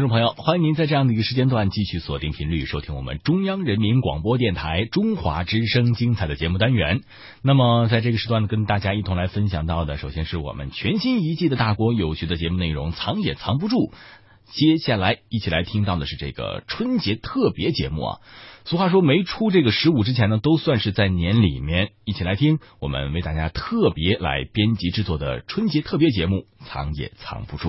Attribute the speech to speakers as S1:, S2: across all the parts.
S1: 众朋友，欢迎您在这样的一个时间段继续锁定频率，收听我们中央人民广播电台中华之声精彩的节目单元。那么，在这个时段呢，跟大家一同来分享到的，首先是我们全新一季的大国有序的节目内容，藏也藏不住。接下来一起来听到的是这个春节特别节目啊。俗话说，没出这个十五之前呢，都算是在年里面。一起来听我们为大家特别来编辑制作的春节特别节目《藏也藏不住》。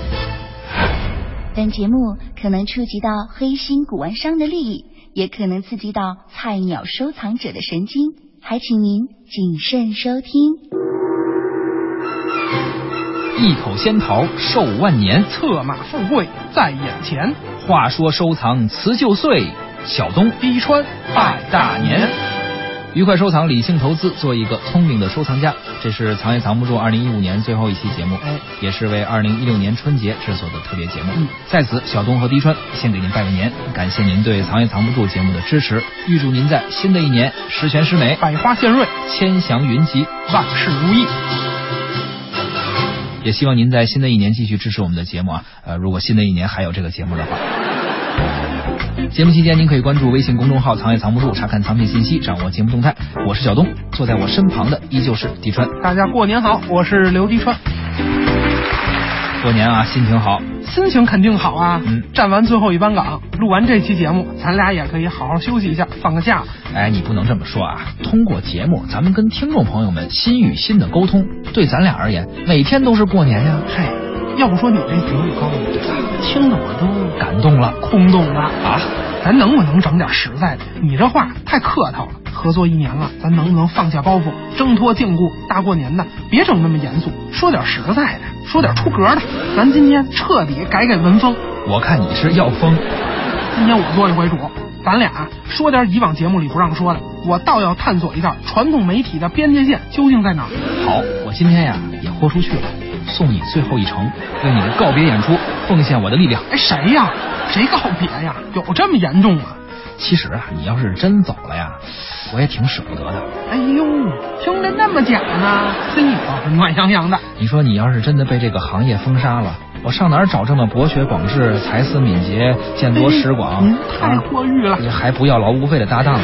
S2: 本节目可能触及到黑心古玩商的利益，也可能刺激到菜鸟收藏者的神经，还请您谨慎收听。
S3: 一口仙桃寿万年，
S4: 策马富贵在眼前，
S3: 话说收藏辞旧岁，小东
S4: 滴川拜大年。
S3: 愉快收藏，理性投资，做一个聪明的收藏家。这是藏也藏不住二零一五年最后一期节目，
S4: 哎
S3: 也是为二零一六年春节制作的特别节目。
S4: 嗯
S3: 在此，小东和滴川先给您拜个年，感谢您对藏也藏不住节目的支持，预祝您在新的一年十全十美，
S4: 百花献瑞，
S3: 千祥云集。
S4: 万事如意。
S3: 也希望您在新的一年继续支持我们的节目啊。呃，如果新的一年还有这个节目的话。节目期间，您可以关注微信公众号“藏也藏不住”，查看藏品信息，掌握节目动态。我是小东，坐在我身旁的依旧是滴川。
S4: 大家过年好，我是刘滴川，
S3: 过年啊，心情好，
S4: 心情肯定好啊。
S3: 嗯
S4: 站完最后一班岗，录完这期节目，咱俩也可以好好休息一下，放个假。
S3: 哎，你不能这么说啊！通过节目，咱们跟听众朋友们心与心的沟通，对咱俩而言，每天都是过年呀、
S4: 嘿，要不说你这德语高，对吧？听得我都
S3: 感动了
S4: 空洞了啊！咱能不能整点实在的？你这话太客套了。合作一年了，咱能不能放下包袱，挣脱禁锢？大过年的，别整那么严肃，说点实在的，说点出格的。咱今天彻底改改文风。
S3: 我看你是要疯，
S4: 今天我做一回主，咱俩啊说点以往节目里不让说的，我倒要探索一下传统媒体的边界线究竟在哪儿。
S3: 好，我今天呀也豁出去了，送你最后一程，为你的告别演出奉献我的力量。
S4: 哎，谁呀？谁告别呀？有这么严重吗？
S3: 其实啊，你要是真走了呀，我也挺舍不得的。
S4: 哎呦，听着那么假呢，心里倒是暖洋洋的。
S3: 你说你要是真的被这个行业封杀了，我上哪儿找这么博学广智、才思敏捷、见多识广、
S4: 哎您嗯太过誉了
S3: 啊还不要劳务费的搭档啊？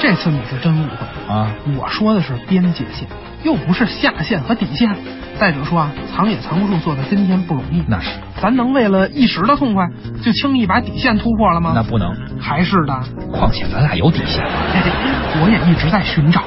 S4: 这次你是真误会了，
S3: 啊，
S4: 我说的是边界线，又不是下限和底线。再者说啊，藏也藏不住，做到今天不容易。
S3: 那是，
S4: 咱能为了一时的痛快，就轻易把底线突破了吗？
S3: 那不能。
S4: 还是的，
S3: 况且咱俩有底线，
S4: 嘿嘿我也一直在寻找。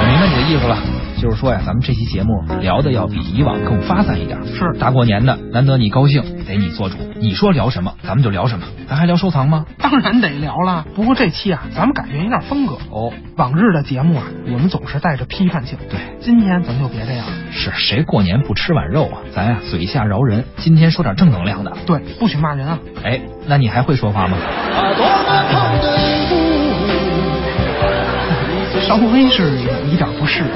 S3: 我明白你的意思了。就是说呀，咱们这期节目聊的要比以往更发散一点。
S4: 是
S3: 大过年的，难得你高兴，得你做主。你说聊什么，咱们就聊什么。咱还聊收藏吗？
S4: 当然得聊了，不过这期啊，咱们改变一下风格。
S3: 哦，
S4: 往日的节目啊，我们总是带着批判性，
S3: 对，
S4: 今天咱就别这样了。
S3: 是谁过年不吃碗肉啊？咱呀、嘴下饶人，今天说点正能量的。
S4: 对，不许骂人啊！
S3: 哎，那你还会说话吗？
S4: 稍微是有一点不适应。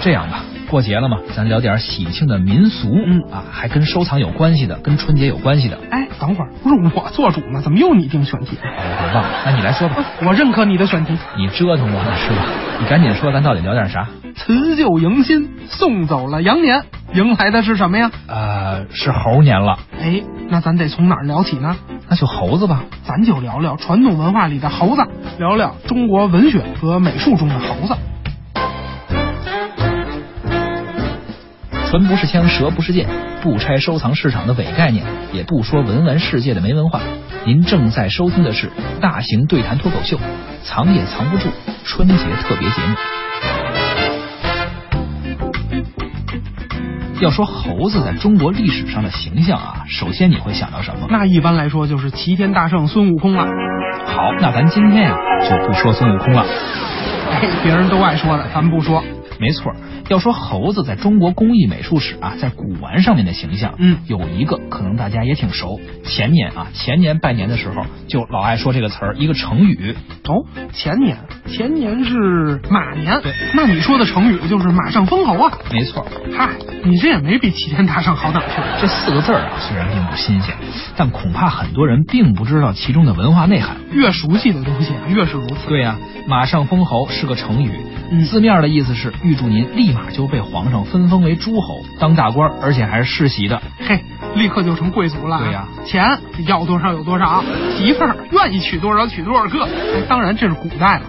S3: 这样吧，啊过节了嘛，咱聊点喜庆的民俗，
S4: 嗯
S3: 啊，还跟收藏有关系的，跟春节有关系的。
S4: 哎，等会儿不是我做主吗？怎么又你定 选题？
S3: 哎，我给忘了，那你来说吧，
S4: 我认可你的选题，
S3: 你折腾我呢是吧？你赶紧说，咱到底聊点啥？
S4: 辞旧迎新，送走了羊年，迎来的是什么呀？
S3: 呃，是猴年了，
S4: 哎，那咱得从哪儿聊起呢？
S3: 那就猴子吧。
S4: 咱就聊聊传统文化里的猴子，聊聊中国文学和美术中的猴子。
S3: 唇不是枪，舌不是剑，不拆收藏市场的伪概念，也不说文玩世界的没文化。您正在收听的是大型对谈脱口秀，《藏也藏不住》春节特别节目。要说猴子在中国历史上的形象啊，首先你会想到什么？
S4: 那一般来说就是齐天大圣孙悟空了。
S3: 好，那咱今天呀、就不说孙悟空了。
S4: 别人都爱说的，咱们不说。
S3: 没错，要说猴子在中国工艺美术史啊，在古玩上面的形象，
S4: 嗯
S3: 有一个可能大家也挺熟。前年啊，前年拜年的时候就老爱说这个词儿，一个成语，
S4: 哦，前年，前年是马年，那你说的成语就是马上封侯啊？
S3: 没错，
S4: 嗨，你这也没比齐天大圣好哪儿去。
S3: 这四个字儿啊，虽然并不新鲜，但恐怕很多人并不知道其中的文化内涵。
S4: 越熟悉的东西啊，越是如此。
S3: 对呀、马上封侯是个成语，
S4: 嗯
S3: 字面的意思是预祝您立马就被皇上分封为诸侯，当大官儿，而且还是世袭的。
S4: 嘿，立刻就成贵族了啊。
S3: 对呀
S4: 钱要多少有多少，媳妇儿愿意娶多少娶多少个。哎当然这是古代了，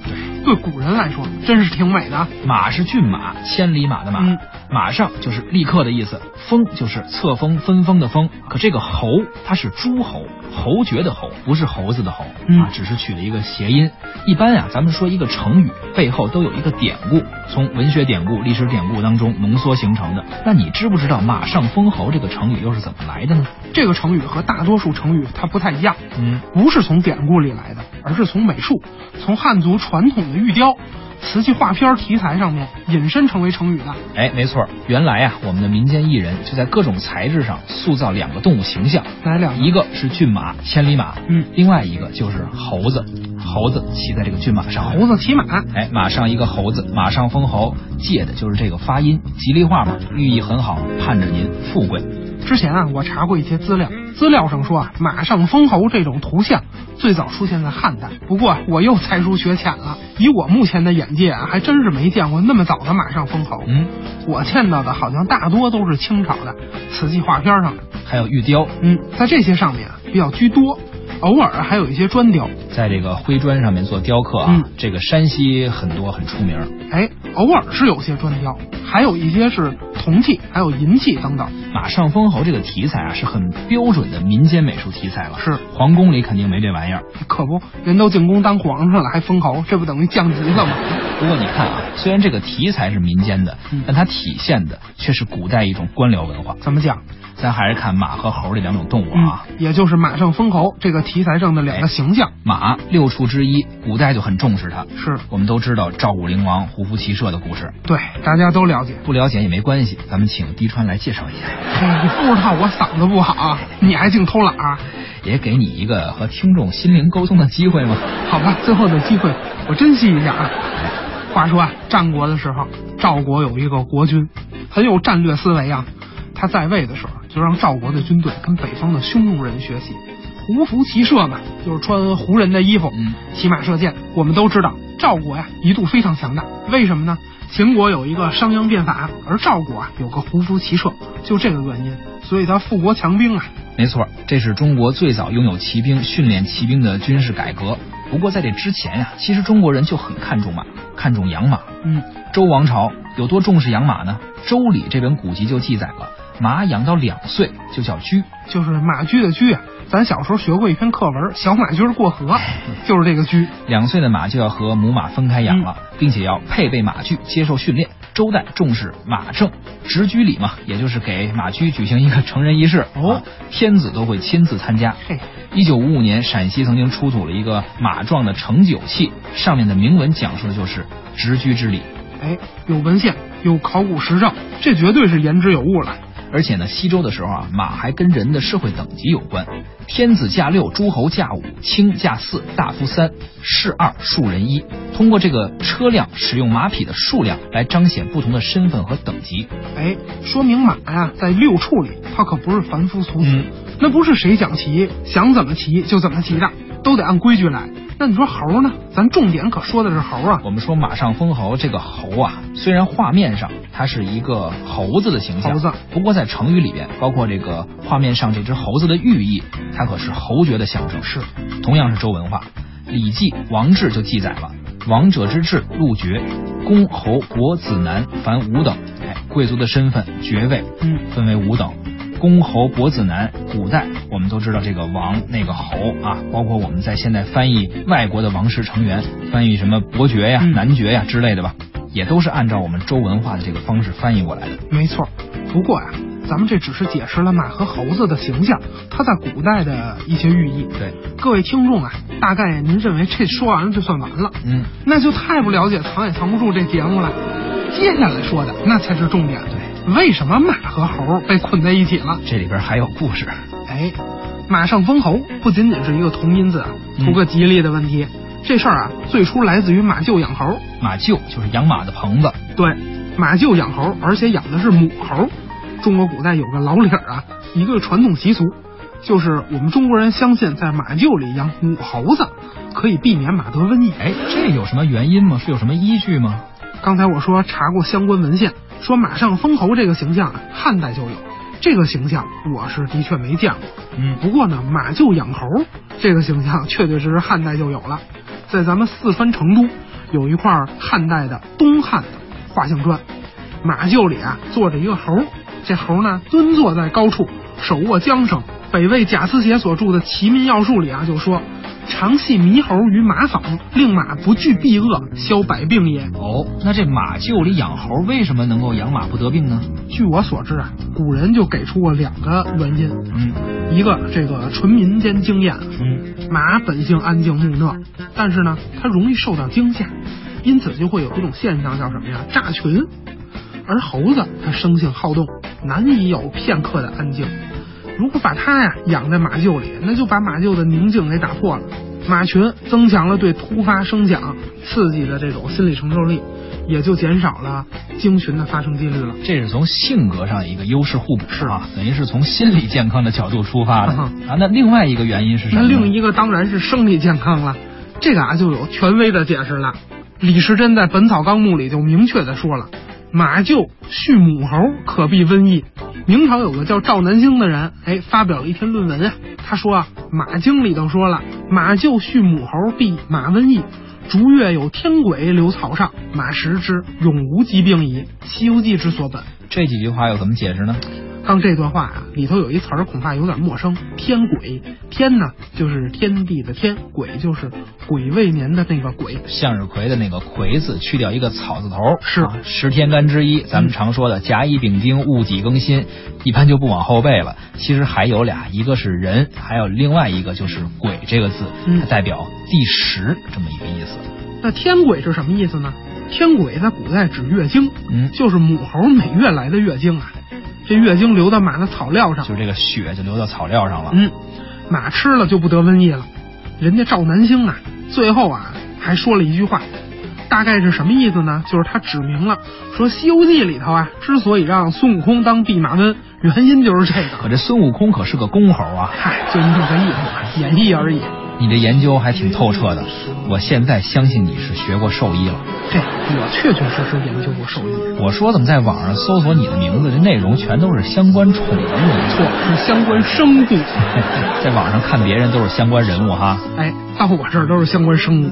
S4: 对古人来说真是挺美的。
S3: 马是骏马，千里马的马，
S4: 嗯
S3: 马上就是立刻的意思，封就是册封、分封的封。可这个侯，它是诸侯，侯爵的侯，不是猴子的猴、
S4: 嗯
S3: 啊，只是取了一个谐音。一般啊，咱们说一个成语背后都有一个典故，从文学典故、历史典故当中浓缩形成的。那你知不知道“马上封侯”这个成语又是怎么来的呢？
S4: 这个成语和大多数成语它不太一样，
S3: 嗯，
S4: 不是从典故里来的，而是从美术，从汉族传统的玉雕、瓷器画片题材上面引申成为成语的。
S3: 哎，没错儿，原来啊，我们的民间艺人就在各种材质上塑造两个动物形象，
S4: 哪两个
S3: 一个是骏马、千里马，
S4: 嗯
S3: 另外一个就是猴子，猴子骑在这个骏马上，
S4: 猴。子骑马，
S3: 哎，马上一个猴子，马上封侯，借的就是这个发音，吉利话嘛，寓意很好，盼着您富贵。
S4: 之前啊，我查过一些资料，资料上说啊，马上封侯这种图像最早出现在汉代。不过啊我又才疏学浅了，以我目前的眼界啊，还真是没见过那么早的马上封侯。
S3: 嗯，
S4: 我见到的好像大多都是清朝的瓷器画片上的。
S3: 还有玉雕，
S4: 嗯，在这些上面啊比较居多，偶尔还有一些砖雕。
S3: 在这个灰砖上面做雕刻啊，
S4: 嗯
S3: 这个山西很多很出名。
S4: 哎，偶尔是有些砖雕，还有一些是铜器，还有银器等等。
S3: 马上封侯这个题材啊，是很标准的民间美术题材了。
S4: 是
S3: 皇宫里肯定没这玩意儿。
S4: 可不，人都进宫当皇上了，还封侯，这不等于降级了吗？
S3: 不过你看啊，虽然这个题材是民间的
S4: 嗯，
S3: 但它体现的却是古代一种官僚文化。
S4: 怎么讲？
S3: 咱还是看马和猴这两种动物
S4: 嗯
S3: 啊。，
S4: 也就是马上封侯这个题材上的两个形象。
S3: 马六畜之一，古代就很重视它。
S4: 是
S3: 我们都知道赵武灵王胡服骑射的故事，
S4: 对，大家都了解。
S3: 不了解也没关系，咱们请滴川来介绍一下，
S4: 嘿，哎你不知道我嗓子不好啊，你还净偷懒啊儿？
S3: 也给你一个和听众心灵沟通的机会嘛。
S4: 好吧，最后的机会我珍惜一下啊。话说啊，战国的时候，赵国有一个国君，很有战略思维啊。他在位的时候，啊就让赵国的军队跟北方的匈奴人学习，胡服骑射嘛，就是穿胡人的衣服，
S3: 嗯
S4: 骑马射箭。我们都知道，赵国呀一度非常强大，为什么呢？秦国有一个商鞅变法，而赵国啊有个胡服骑射，就这个原因，所以他富国强兵啊。
S3: 没错，这是中国最早拥有骑兵、训练骑兵的军事改革。不过在这之前呀、其实中国人就很看重马，看重养马。
S4: 嗯，
S3: 周王朝有多重视养马呢？《周礼》这本古籍就记载了，马养到两岁就叫驹。
S4: 就是马驹的驹啊。咱小时候学过一篇课文《小马驹儿过河》，就是这个驹。
S3: 两岁的马就要和母马分开养了，
S4: 嗯
S3: 并且要配备马具接受训练。周代重视马政，执驹礼嘛，也就是给马驹举行一个成人仪式。
S4: 哦
S3: 啊天子都会亲自参加。
S4: 嘿，
S3: 一九五五年，陕西曾经出土了一个马状的盛酒器，上面的铭文讲述的就是执驹之礼。
S4: 哎，有文献，有考古实证，这绝对是言之有物了。
S3: 而且呢，西周的时候啊，马还跟人的社会等级有关，天子驾六，诸侯驾五，卿驾四，大夫三，士二，庶人一。通过这个车辆使用马匹的数量来彰显不同的身份和等级。
S4: 哎，说明马呀、在六畜里，它可不是凡夫俗子，
S3: 嗯
S4: 那不是谁想骑想怎么骑就怎么骑的，都得按规矩来。那你说猴呢？咱重点可说的是猴啊，
S3: 我们说马上封侯这个侯啊，虽然画面上它是一个猴子的形象，
S4: 猴子
S3: 不过在成语里边，包括这个画面上这只猴子的寓意，它可是侯爵的象征。是，同样是周文化，《礼记·王制》就记载了：“王者之治，入爵，公侯伯子男，凡五等。”哎，贵族的身份、爵位，
S4: 嗯
S3: 分为五等。公侯伯子男，古代我们都知道这个王那个侯啊，包括我们在现在翻译外国的王室成员，翻译什么伯爵呀、
S4: 嗯
S3: 男爵呀之类的吧，也都是按照我们周文化的这个方式翻译过来的。
S4: 没错。不过呀、咱们这只是解释了马和猴子的形象，它在古代的一些寓意。
S3: 对，
S4: 各位听众啊，大概您认为这说完了就算完了，
S3: 嗯，
S4: 那就太不了解《藏也藏不住》这节目了。接下来说的那才是重点，对，为什么马和猴被困在一起了？
S3: 这里边还有故事。
S4: 哎，马上封侯不仅仅是一个同音字，啊，图个吉利的问题。这事儿啊，最初来自于马厩养猴。
S3: 马厩就是养马的棚子，
S4: 对，马厩养猴，而且养的是母猴。中国古代有个老理儿啊，一个传统习俗，就是我们中国人相信在马厩里养母猴子可以避免马得瘟疫。
S3: 哎，这有什么原因吗？是有什么依据吗？
S4: 刚才我说查过相关文献，说马上封侯这个形象啊，汉代就有。这个形象我是的确没见过，
S3: 嗯
S4: 不过呢，马厩养猴这个形象确确实实汉代就有了，在咱们四川成都有一块汉代的东汉的画像砖，马厩里啊坐着一个猴，这猴呢蹲坐在高处，手握缰绳。北魏贾思勰所著的《齐民要术》里啊就说：“常系猕猴于马坊，令马不惧避恶，消百病也。”
S3: 哦，那这马厩里养猴为什么能够养马不得病呢？
S4: 据我所知啊，古人就给出过两个原因，
S3: 嗯
S4: 一个这个纯民间经验，啊
S3: 嗯，
S4: 马本性安静木讷，但是呢，它容易受到惊吓，因此就会有一种现象叫什么呀？炸群。而猴子它生性好动，难以有片刻的安静。如果把它呀养在马厩里，那就把马厩的宁静给打破了。马群增强了对突发声响刺激的这种心理承受力，也就减少了惊群的发生几率了。
S3: 这是从性格上一个优势互补
S4: 是
S3: 啊，等于是从心理健康的角度出发的
S4: 嗯
S3: 啊。那另外一个原因是什
S4: 那
S3: 么呢？
S4: 另一个当然是生理健康了，这个啊就有权威的解释了。李时珍在《本草纲目》里就明确的说了，马厩畜母猴可避瘟疫。明朝有个叫赵南星的人，哎，发表了一篇论文啊，他说啊，马经里头说了，马厩畜母猴避马瘟疫。逐月有天鬼留草上，马食之，永无疾病矣。《西游记》之所本。
S3: 这几句话又怎么解释呢？
S4: 刚这段话啊，里头有一词儿恐怕有点陌生，天鬼。天呢，就是天地的天；鬼就是癸未年的那个癸。
S3: 向日葵的那个葵字去掉一个草字头，
S4: 是嗯
S3: 啊十天干之一，咱们常说的甲乙丙丁戊己庚辛，一般就不往后背了。其实还有俩，一个是人，还有另外一个就是“鬼”这个字，
S4: 嗯
S3: 它代表第十这么一个意思。
S4: 那天鬼是什么意思呢？天鬼在古代指月经，
S3: 嗯
S4: 就是母猴每月来的月经啊。这月经流到马的草料上，
S3: 就这个血就流到草料上了。
S4: 嗯，马吃了就不得瘟疫了。人家赵南星啊，最后啊还说了一句话，大概是什么意思呢？就是他指明了，说《西游记》里头啊，之所以让孙悟空当弼马温，原因就是这个
S3: 可。这孙悟空可是个公猴啊！
S4: 嗨，就你这个意思吧，啊演绎而已。
S3: 你这研究还挺透彻的，我现在相信你是学过兽医了。
S4: 这我确确实实研究过兽医，
S3: 我说怎么在网上搜索你的名字，这内容全都是相关宠物的
S4: 错是相关生物。
S3: 在网上看别人都是相关人物哈。
S4: 哎，到我这儿都是相关生物。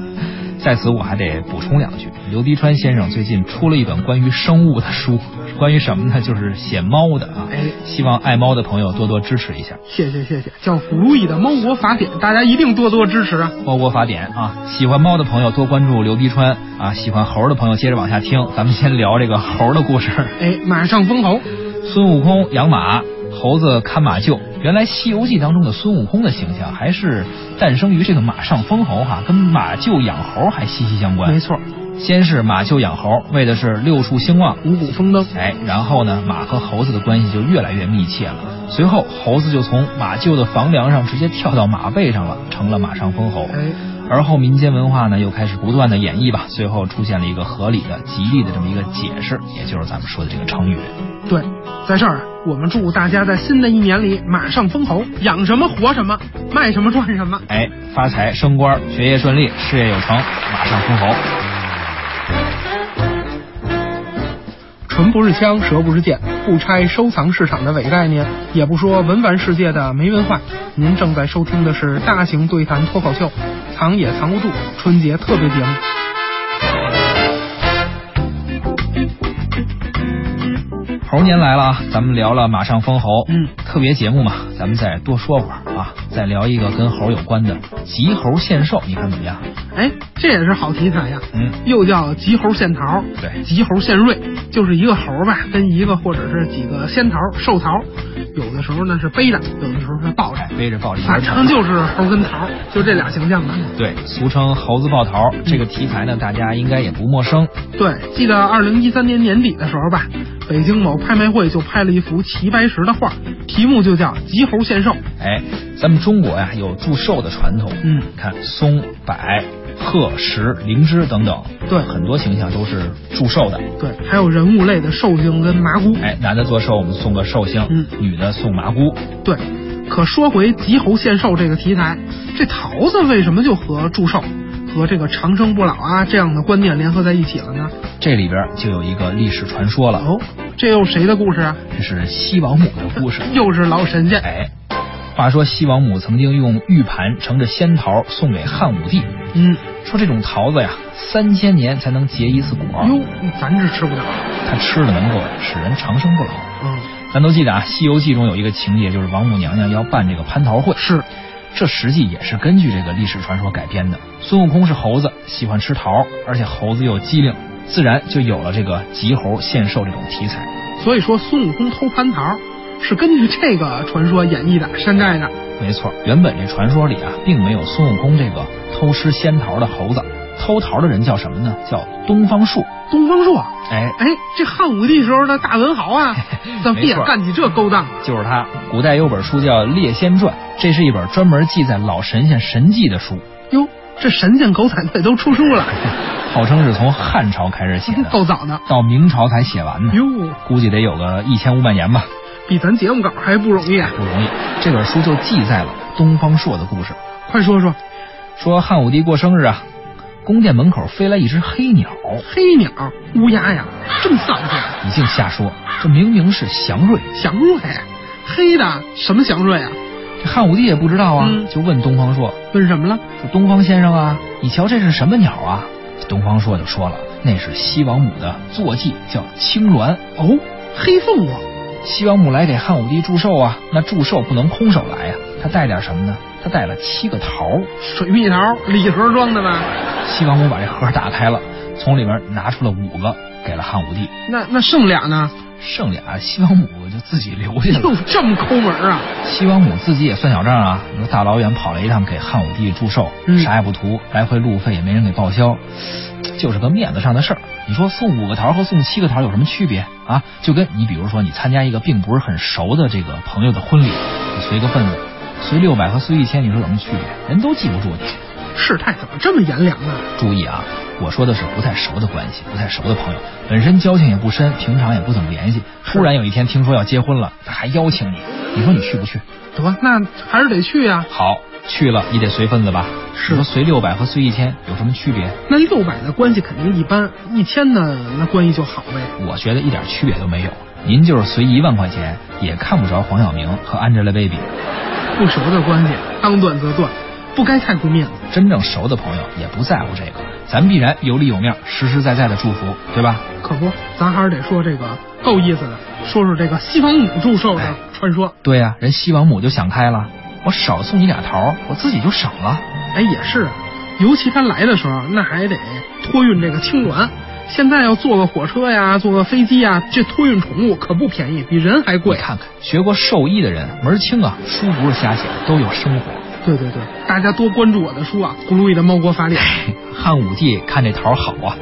S3: 在此我还得补充两句，刘迪川先生最近出了一本关于生物的书，关于什么呢？就是写猫的啊
S4: 哎，
S3: 希望爱猫的朋友多多支持一下
S4: 谢谢谢谢，叫《弗路易的猫国法典》，大家一定多多支持啊！
S3: 《猫国法典》啊。喜欢猫的朋友多关注刘迪川啊，喜欢猴的朋友接着往下听。咱们先聊这个猴的故事。
S4: 哎，马上封侯，
S3: 孙悟空养马，猴子看马厩。原来《西游记》当中的孙悟空的形象还是诞生于这个马上封侯哈，跟马厩养猴还息息相关。
S4: 没错，
S3: 先是马厩养猴，为的是六畜兴旺。
S4: 五谷丰登。
S3: 哎，然后呢，马和猴子的关系就越来越密切了。随后，猴子就从马厩的房梁上直接跳到马背上了，成了马上封侯。
S4: 哎，
S3: 而后民间文化呢又开始不断的演绎吧，最后出现了一个合理的、吉利的这么一个解释，也就是咱们说的这个成语。
S4: 对，在这儿啊我们祝大家在新的一年里马上封侯，养什么活什么，卖什么赚什么。
S3: 哎，发财升官，学业顺利，事业有成，马上封侯。
S4: 唇不是枪，舌不是剑，不拆收藏市场的伪概念，也不说文玩世界的没文化。您正在收听的是大型对谈脱口秀，藏也藏不住春节特别节目。
S3: 猴年来了，啊，咱们聊了马上封侯，
S4: 嗯，
S3: 特别节目嘛，咱们再多说会儿啊，再聊一个跟猴有关的集猴献寿，你看怎么样？
S4: 哎，这也是好题材呀。
S3: 嗯，
S4: 又叫急猴献桃，
S3: 对
S4: 急猴献瑞，就是一个猴吧，跟一个或者是几个仙桃、寿桃，有的时候呢是背着，有的时候是抱着
S3: 哎，，背着抱着一
S4: 反
S3: 人
S4: 正就是猴跟桃，就这俩形象吧。
S3: 对，俗称猴子抱桃
S4: 嗯
S3: 这个题材呢，大家应该也不陌生。
S4: 对，记得二零一三年年底的时候吧，北京某拍卖会就拍了一幅齐白石的画，题目就叫《急猴献寿》。
S3: 哎，咱们中国呀、有祝寿的传统，
S4: 嗯
S3: 看松柏、鹤、石、灵芝等等，
S4: 对
S3: 很多形象都是祝寿的。
S4: 对，还有人物类的寿星跟麻姑。
S3: 哎，男的做寿，我们送个寿星；
S4: 嗯
S3: 女的送麻姑。
S4: 对，可说回急猴献寿这个题材，这桃子为什么就和祝寿、和这个长生不老啊这样的观念联合在一起了呢？
S3: 这里边就有一个历史传说了，
S4: 哦，这又谁的故事啊？
S3: 这是西王母的故事。
S4: 又是老神仙。
S3: 哎，话说西王母曾经用玉盘盛着仙桃送给汉武帝，
S4: 嗯，
S3: 说这种桃子呀，三千年才能结一次果，
S4: 哟，咱这吃不了。
S3: 它吃了能够使人长生不老。
S4: 嗯，
S3: 咱都记得啊，《西游记》中有一个情节，就是王母娘娘要办这个蟠桃会，
S4: 是
S3: 这实际也是根据这个历史传说改编的。孙悟空是猴子，喜欢吃桃，而且猴子又机灵，自然就有了这个急猴献寿这种题材。
S4: 所以说孙悟空偷蟠桃是根据这个传说演绎的、山寨的。
S3: 没错，原本这传说里啊，并没有孙悟空这个偷吃仙桃的猴子，偷桃的人叫什么呢？叫东方树。
S4: 东方朔，
S3: 哎，
S4: 哎，这汉武帝时候的大文豪啊，怎么也干起这勾当了？
S3: 就是他。古代有本书叫《列仙传》，这是一本专门记载老神仙神迹的书，
S4: 哟，这神仙狗仔队都出书了，
S3: 号称是从汉朝开始写 的，
S4: 够早的。
S3: 到明朝才写完呢，
S4: 哟，
S3: 估计得有个一千五百年吧，
S4: 比咱节目稿还不容易啊！
S3: 不容易。这本书就记载了东方朔的故事，
S4: 快说说，
S3: 说汉武帝过生日啊，宫殿门口飞来一只黑鸟。
S4: 黑鸟、乌鸦呀，这么丧气啊？
S3: 你净瞎说，这明明是祥瑞。
S4: 祥瑞，黑的什么祥瑞啊？
S3: 这汉武帝也不知道啊，
S4: 嗯
S3: 就问东方朔
S4: 问什么了？
S3: 说：“东方先生啊，你瞧这是什么鸟啊？”东方朔就说了：“那是西王母的坐骑，叫青鸾。
S4: 哦，黑凤凰。
S3: 西王母来给汉武帝祝寿啊，那祝寿不能空手来呀、她带点什么呢？她带了七个桃。
S4: 水蜜桃礼盒装的吧？
S3: 西王母把这盒打开了，从里面拿出了五个，给了汉武帝，
S4: 那那剩俩呢？
S3: 剩俩西王母就自己留下了
S4: 哟。，这么抠门啊！
S3: 西王母自己也算小账啊，你说大老远跑了一趟给汉武帝祝寿，
S4: 嗯
S3: 啥也不图，来回路费也没人给报销，就是个面子上的事儿。你说送五个桃和送七个桃有什么区别啊？就跟你比如说你参加一个并不是很熟的这个朋友的婚礼，你随个份子，随六百和随一千，你说有什么区别？人都记不住你。
S4: 世态怎么这么炎凉啊？
S3: 注意啊，我说的是不太熟的关系，不太熟的朋友，本身交情也不深，平常也不怎么联系，突然有一天听说要结婚了，他还邀请你，你说你去不去？
S4: 得，那还是得去啊呀、
S3: 好，去了你得随份子吧？
S4: 是
S3: 你说随六百和随一千有什么区别？
S4: 那六百的关系肯定一般，一千呢，那关系就好呗。
S3: 我觉得一点区别都没有。您就是随一万块钱，也看不着黄晓明和 Angelababy。
S4: 不熟的关系，当断则断，不该太顾面子。
S3: 真正熟的朋友也不在乎这个，咱必然有里有面，实实在在的祝福，对吧？
S4: 可不，咱还是得说这个够意思的，说说这个西方母祝寿
S3: 哎
S4: 的传说。
S3: 对呀、人西王母就想开了，我少送你俩桃儿，我自己就省了。
S4: 哎，也是，尤其他来的时候，那还得托运这个青鸾。现在要坐个火车呀，坐个飞机呀，这托运宠物可不便宜，比人还
S3: 你
S4: 贵。
S3: 看看，学过兽医的人门儿清啊，书不是瞎写，都有生活。
S4: 对对对，大家多关注我的书啊，《咕噜易的猫国法典》。
S3: 哎汉武帝看这桃儿好啊，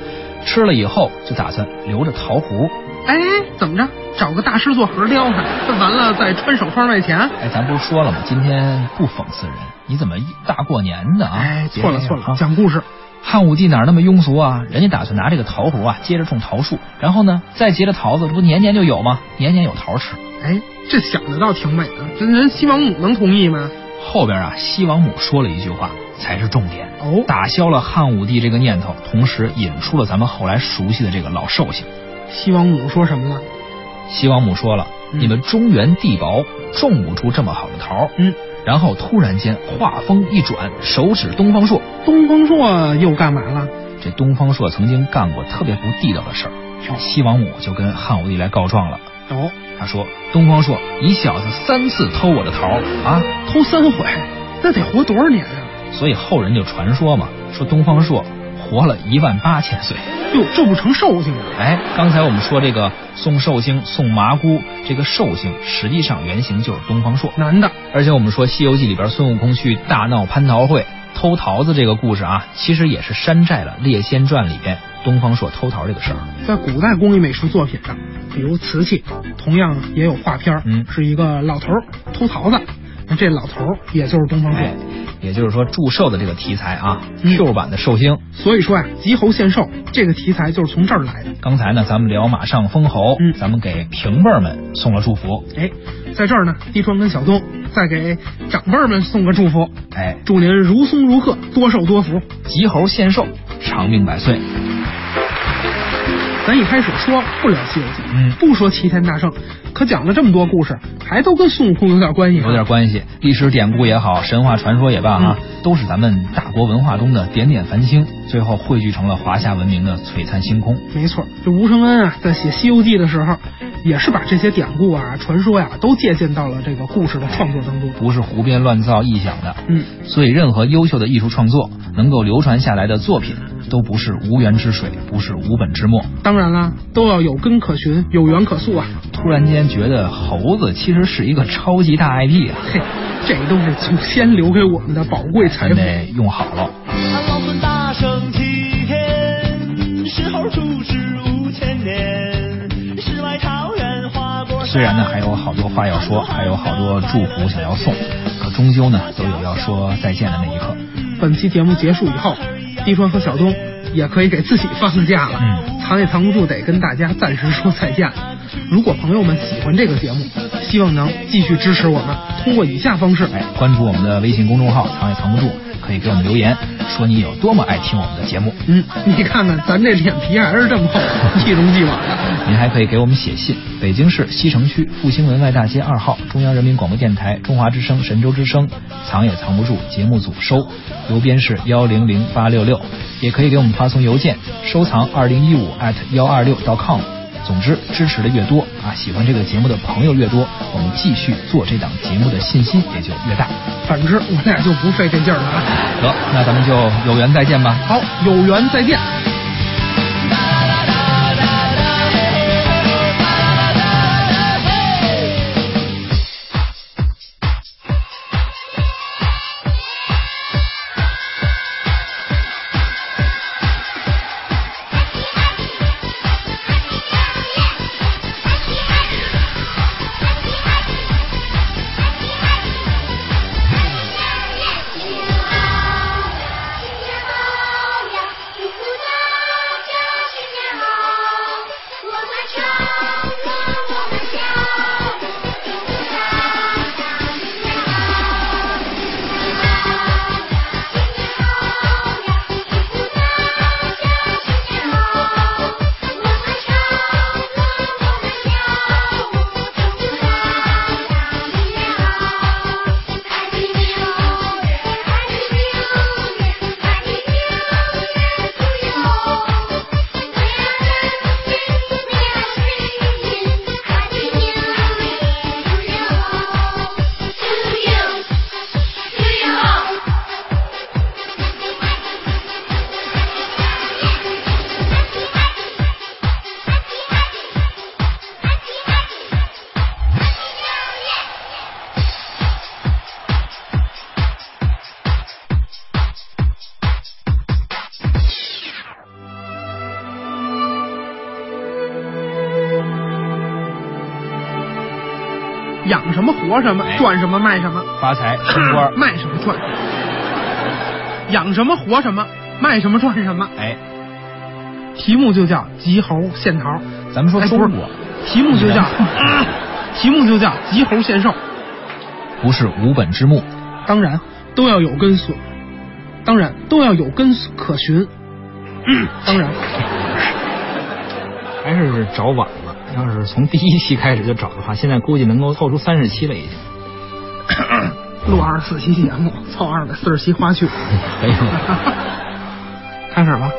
S3: 吃了以后就打算留着桃核。
S4: 哎，怎么着？找个大师做盒雕上，这完了再穿手串卖钱？
S3: 哎，咱不是说了吗？今天不讽刺人，你怎么一大过年的啊？
S4: 哎，
S3: 别
S4: 错了
S3: 这
S4: 错
S3: 样
S4: 了，
S3: 啊
S4: 讲故事。
S3: 汉武帝哪儿那么庸俗啊？人家打算拿这个桃核啊，接着种桃树，然后呢，再结着桃子，这不年年就有吗？年年有桃吃。
S4: 哎，这想的倒挺美的，人人西王母能同意吗？
S3: 后边啊，西王母说了一句话，才是重点，
S4: 哦，
S3: 打消了汉武帝这个念头，同时引出了咱们后来熟悉的这个老寿星。
S4: 西王母说什么了？
S3: 西王母说了，
S4: 嗯
S3: 你们中原地薄，种不出这么好的桃。
S4: 嗯，
S3: 然后突然间话锋一转，手指东方朔，
S4: 东方朔又干嘛了？
S3: 这东方朔曾经干过特别不地道的事儿，西王母就跟汉武帝来告状了。
S4: 哦，
S3: 他说：“东方朔，你小子三次偷我的桃儿啊！
S4: 偷三回，那得活多少年啊？
S3: 所以后人就传说嘛，说东方朔活了一万八千岁。
S4: 哟，这不成寿星啊了？
S3: 哎，刚才我们说这个送寿星、送麻姑，这个寿星实际上原型就是东方朔。
S4: 男的，
S3: 而且我们说《西游记》里边孙悟空去大闹蟠桃会偷桃子这个故事啊，其实也是山寨了《列仙传》里边东方朔偷桃这个事儿。
S4: 在古代工艺美术作品上，比如瓷器，同样也有画片儿，
S3: 嗯
S4: 是一个老头儿偷桃子，那这老头儿也就是东方朔。
S3: 哎，也就是说祝寿的这个题材啊
S4: 嗯
S3: ，Q 版的寿星。
S4: 所以说啊，急猴献寿这个题材就是从这儿来的。
S3: 刚才呢，咱们聊马上封侯，
S4: 嗯
S3: 咱们给平辈儿们送了祝福。
S4: 哎，在这儿呢，地壮跟小东再给长辈儿们送个祝福，
S3: 哎，
S4: 祝您如松如鹤，多寿多福。
S3: 吉猴献寿，长命百岁。
S4: 咱一开始说不聊《西游记》，
S3: 嗯
S4: 不说齐天大圣，可讲了这么多故事，还都跟孙悟空有点关系、啊，
S3: 有点关系，历史典故也好，神话传说也罢啊，都是咱们大国文化中的点点繁星，最后汇聚成了华夏文明的璀璨星空。
S4: 没错，这吴承恩啊，在写《西游记》的时候，也是把这些典故啊、传说呀、都借鉴到了这个故事的创作当中。
S3: 不是胡编乱造臆想的，
S4: 嗯，
S3: 所以任何优秀的艺术创作能够流传下来的作品，都不是无源之水，不是无本之末。
S4: 当然啦，都要有根可循，有源可溯啊。
S3: 突然间觉得猴子其实是一个超级大 IP 啊，
S4: 嘿，这都是祖先留给我们的宝贵财
S3: 咱
S4: 富。
S3: 得用好了。
S5: 俺老孙大圣齐天，石猴出世五千年，世外桃源花果山。
S3: 嗯虽然呢还有好多话要说，还有好多祝福想要送，可终究呢都有要说再见的那一刻。
S4: 本期节目结束以后，地川和小东也可以给自己放个假了，
S3: 嗯
S4: 藏也藏不住，得跟大家暂时说再见了。如果朋友们喜欢这个节目，希望能继续支持我们，通过以下方式。
S3: 哎，关注我们的微信公众号“藏也藏不住”，可以给我们留言，说你有多么爱听我们的节目。
S4: 嗯，你看看咱这脸皮还是这么厚，一如既往的。
S3: 您还可以给我们写信，北京市西城区复兴门外大街二号中央人民广播电台中华之声神州之声，藏也藏不住节目组收，邮编是幺零零八六六，也可以给我们发送邮件，收藏二零一五 at 幺二六 .com。总之，支持的越多啊，喜欢这个节目的朋友越多，我们继续做这档节目的信心也就越大。
S4: 反之，我俩就不费这劲儿了啊。
S3: 得，那咱们就有缘再见吧。
S4: 好，有缘再见。
S6: 祝福大家新年好，我们唱歌，我们笑，祝福大家新年好，祝福大家新年好呀，祝福大家新年好，我们唱歌，我们笑，祝福大家新年好。Happy New Year，Happy New Year，Happy New Year to you。Merry Christmas，Happy New Year to you，to you，to you。
S4: 养什么活什么
S3: 哎，
S4: 赚什么卖什么，，
S3: 发财升官
S4: 卖什么赚什么。养什么活什么，卖什么赚什么。
S3: 哎，
S4: 题目就叫急猴献桃。
S3: 咱们说
S4: 哎
S3: 中
S4: 不是
S3: 国，
S4: 题目就叫、啊题目就叫急猴献寿。
S3: 不是无本之木。
S4: 当然都要有根索，当然都要有根可 循。当然，
S7: 还是找晚了。要是从第一期开始就找的话，现在估计能够凑出三十期了，已经。
S4: 录
S3: 哎
S4: 二十四期节目，凑二百四十期花絮。
S7: 没有，
S4: 开始吧。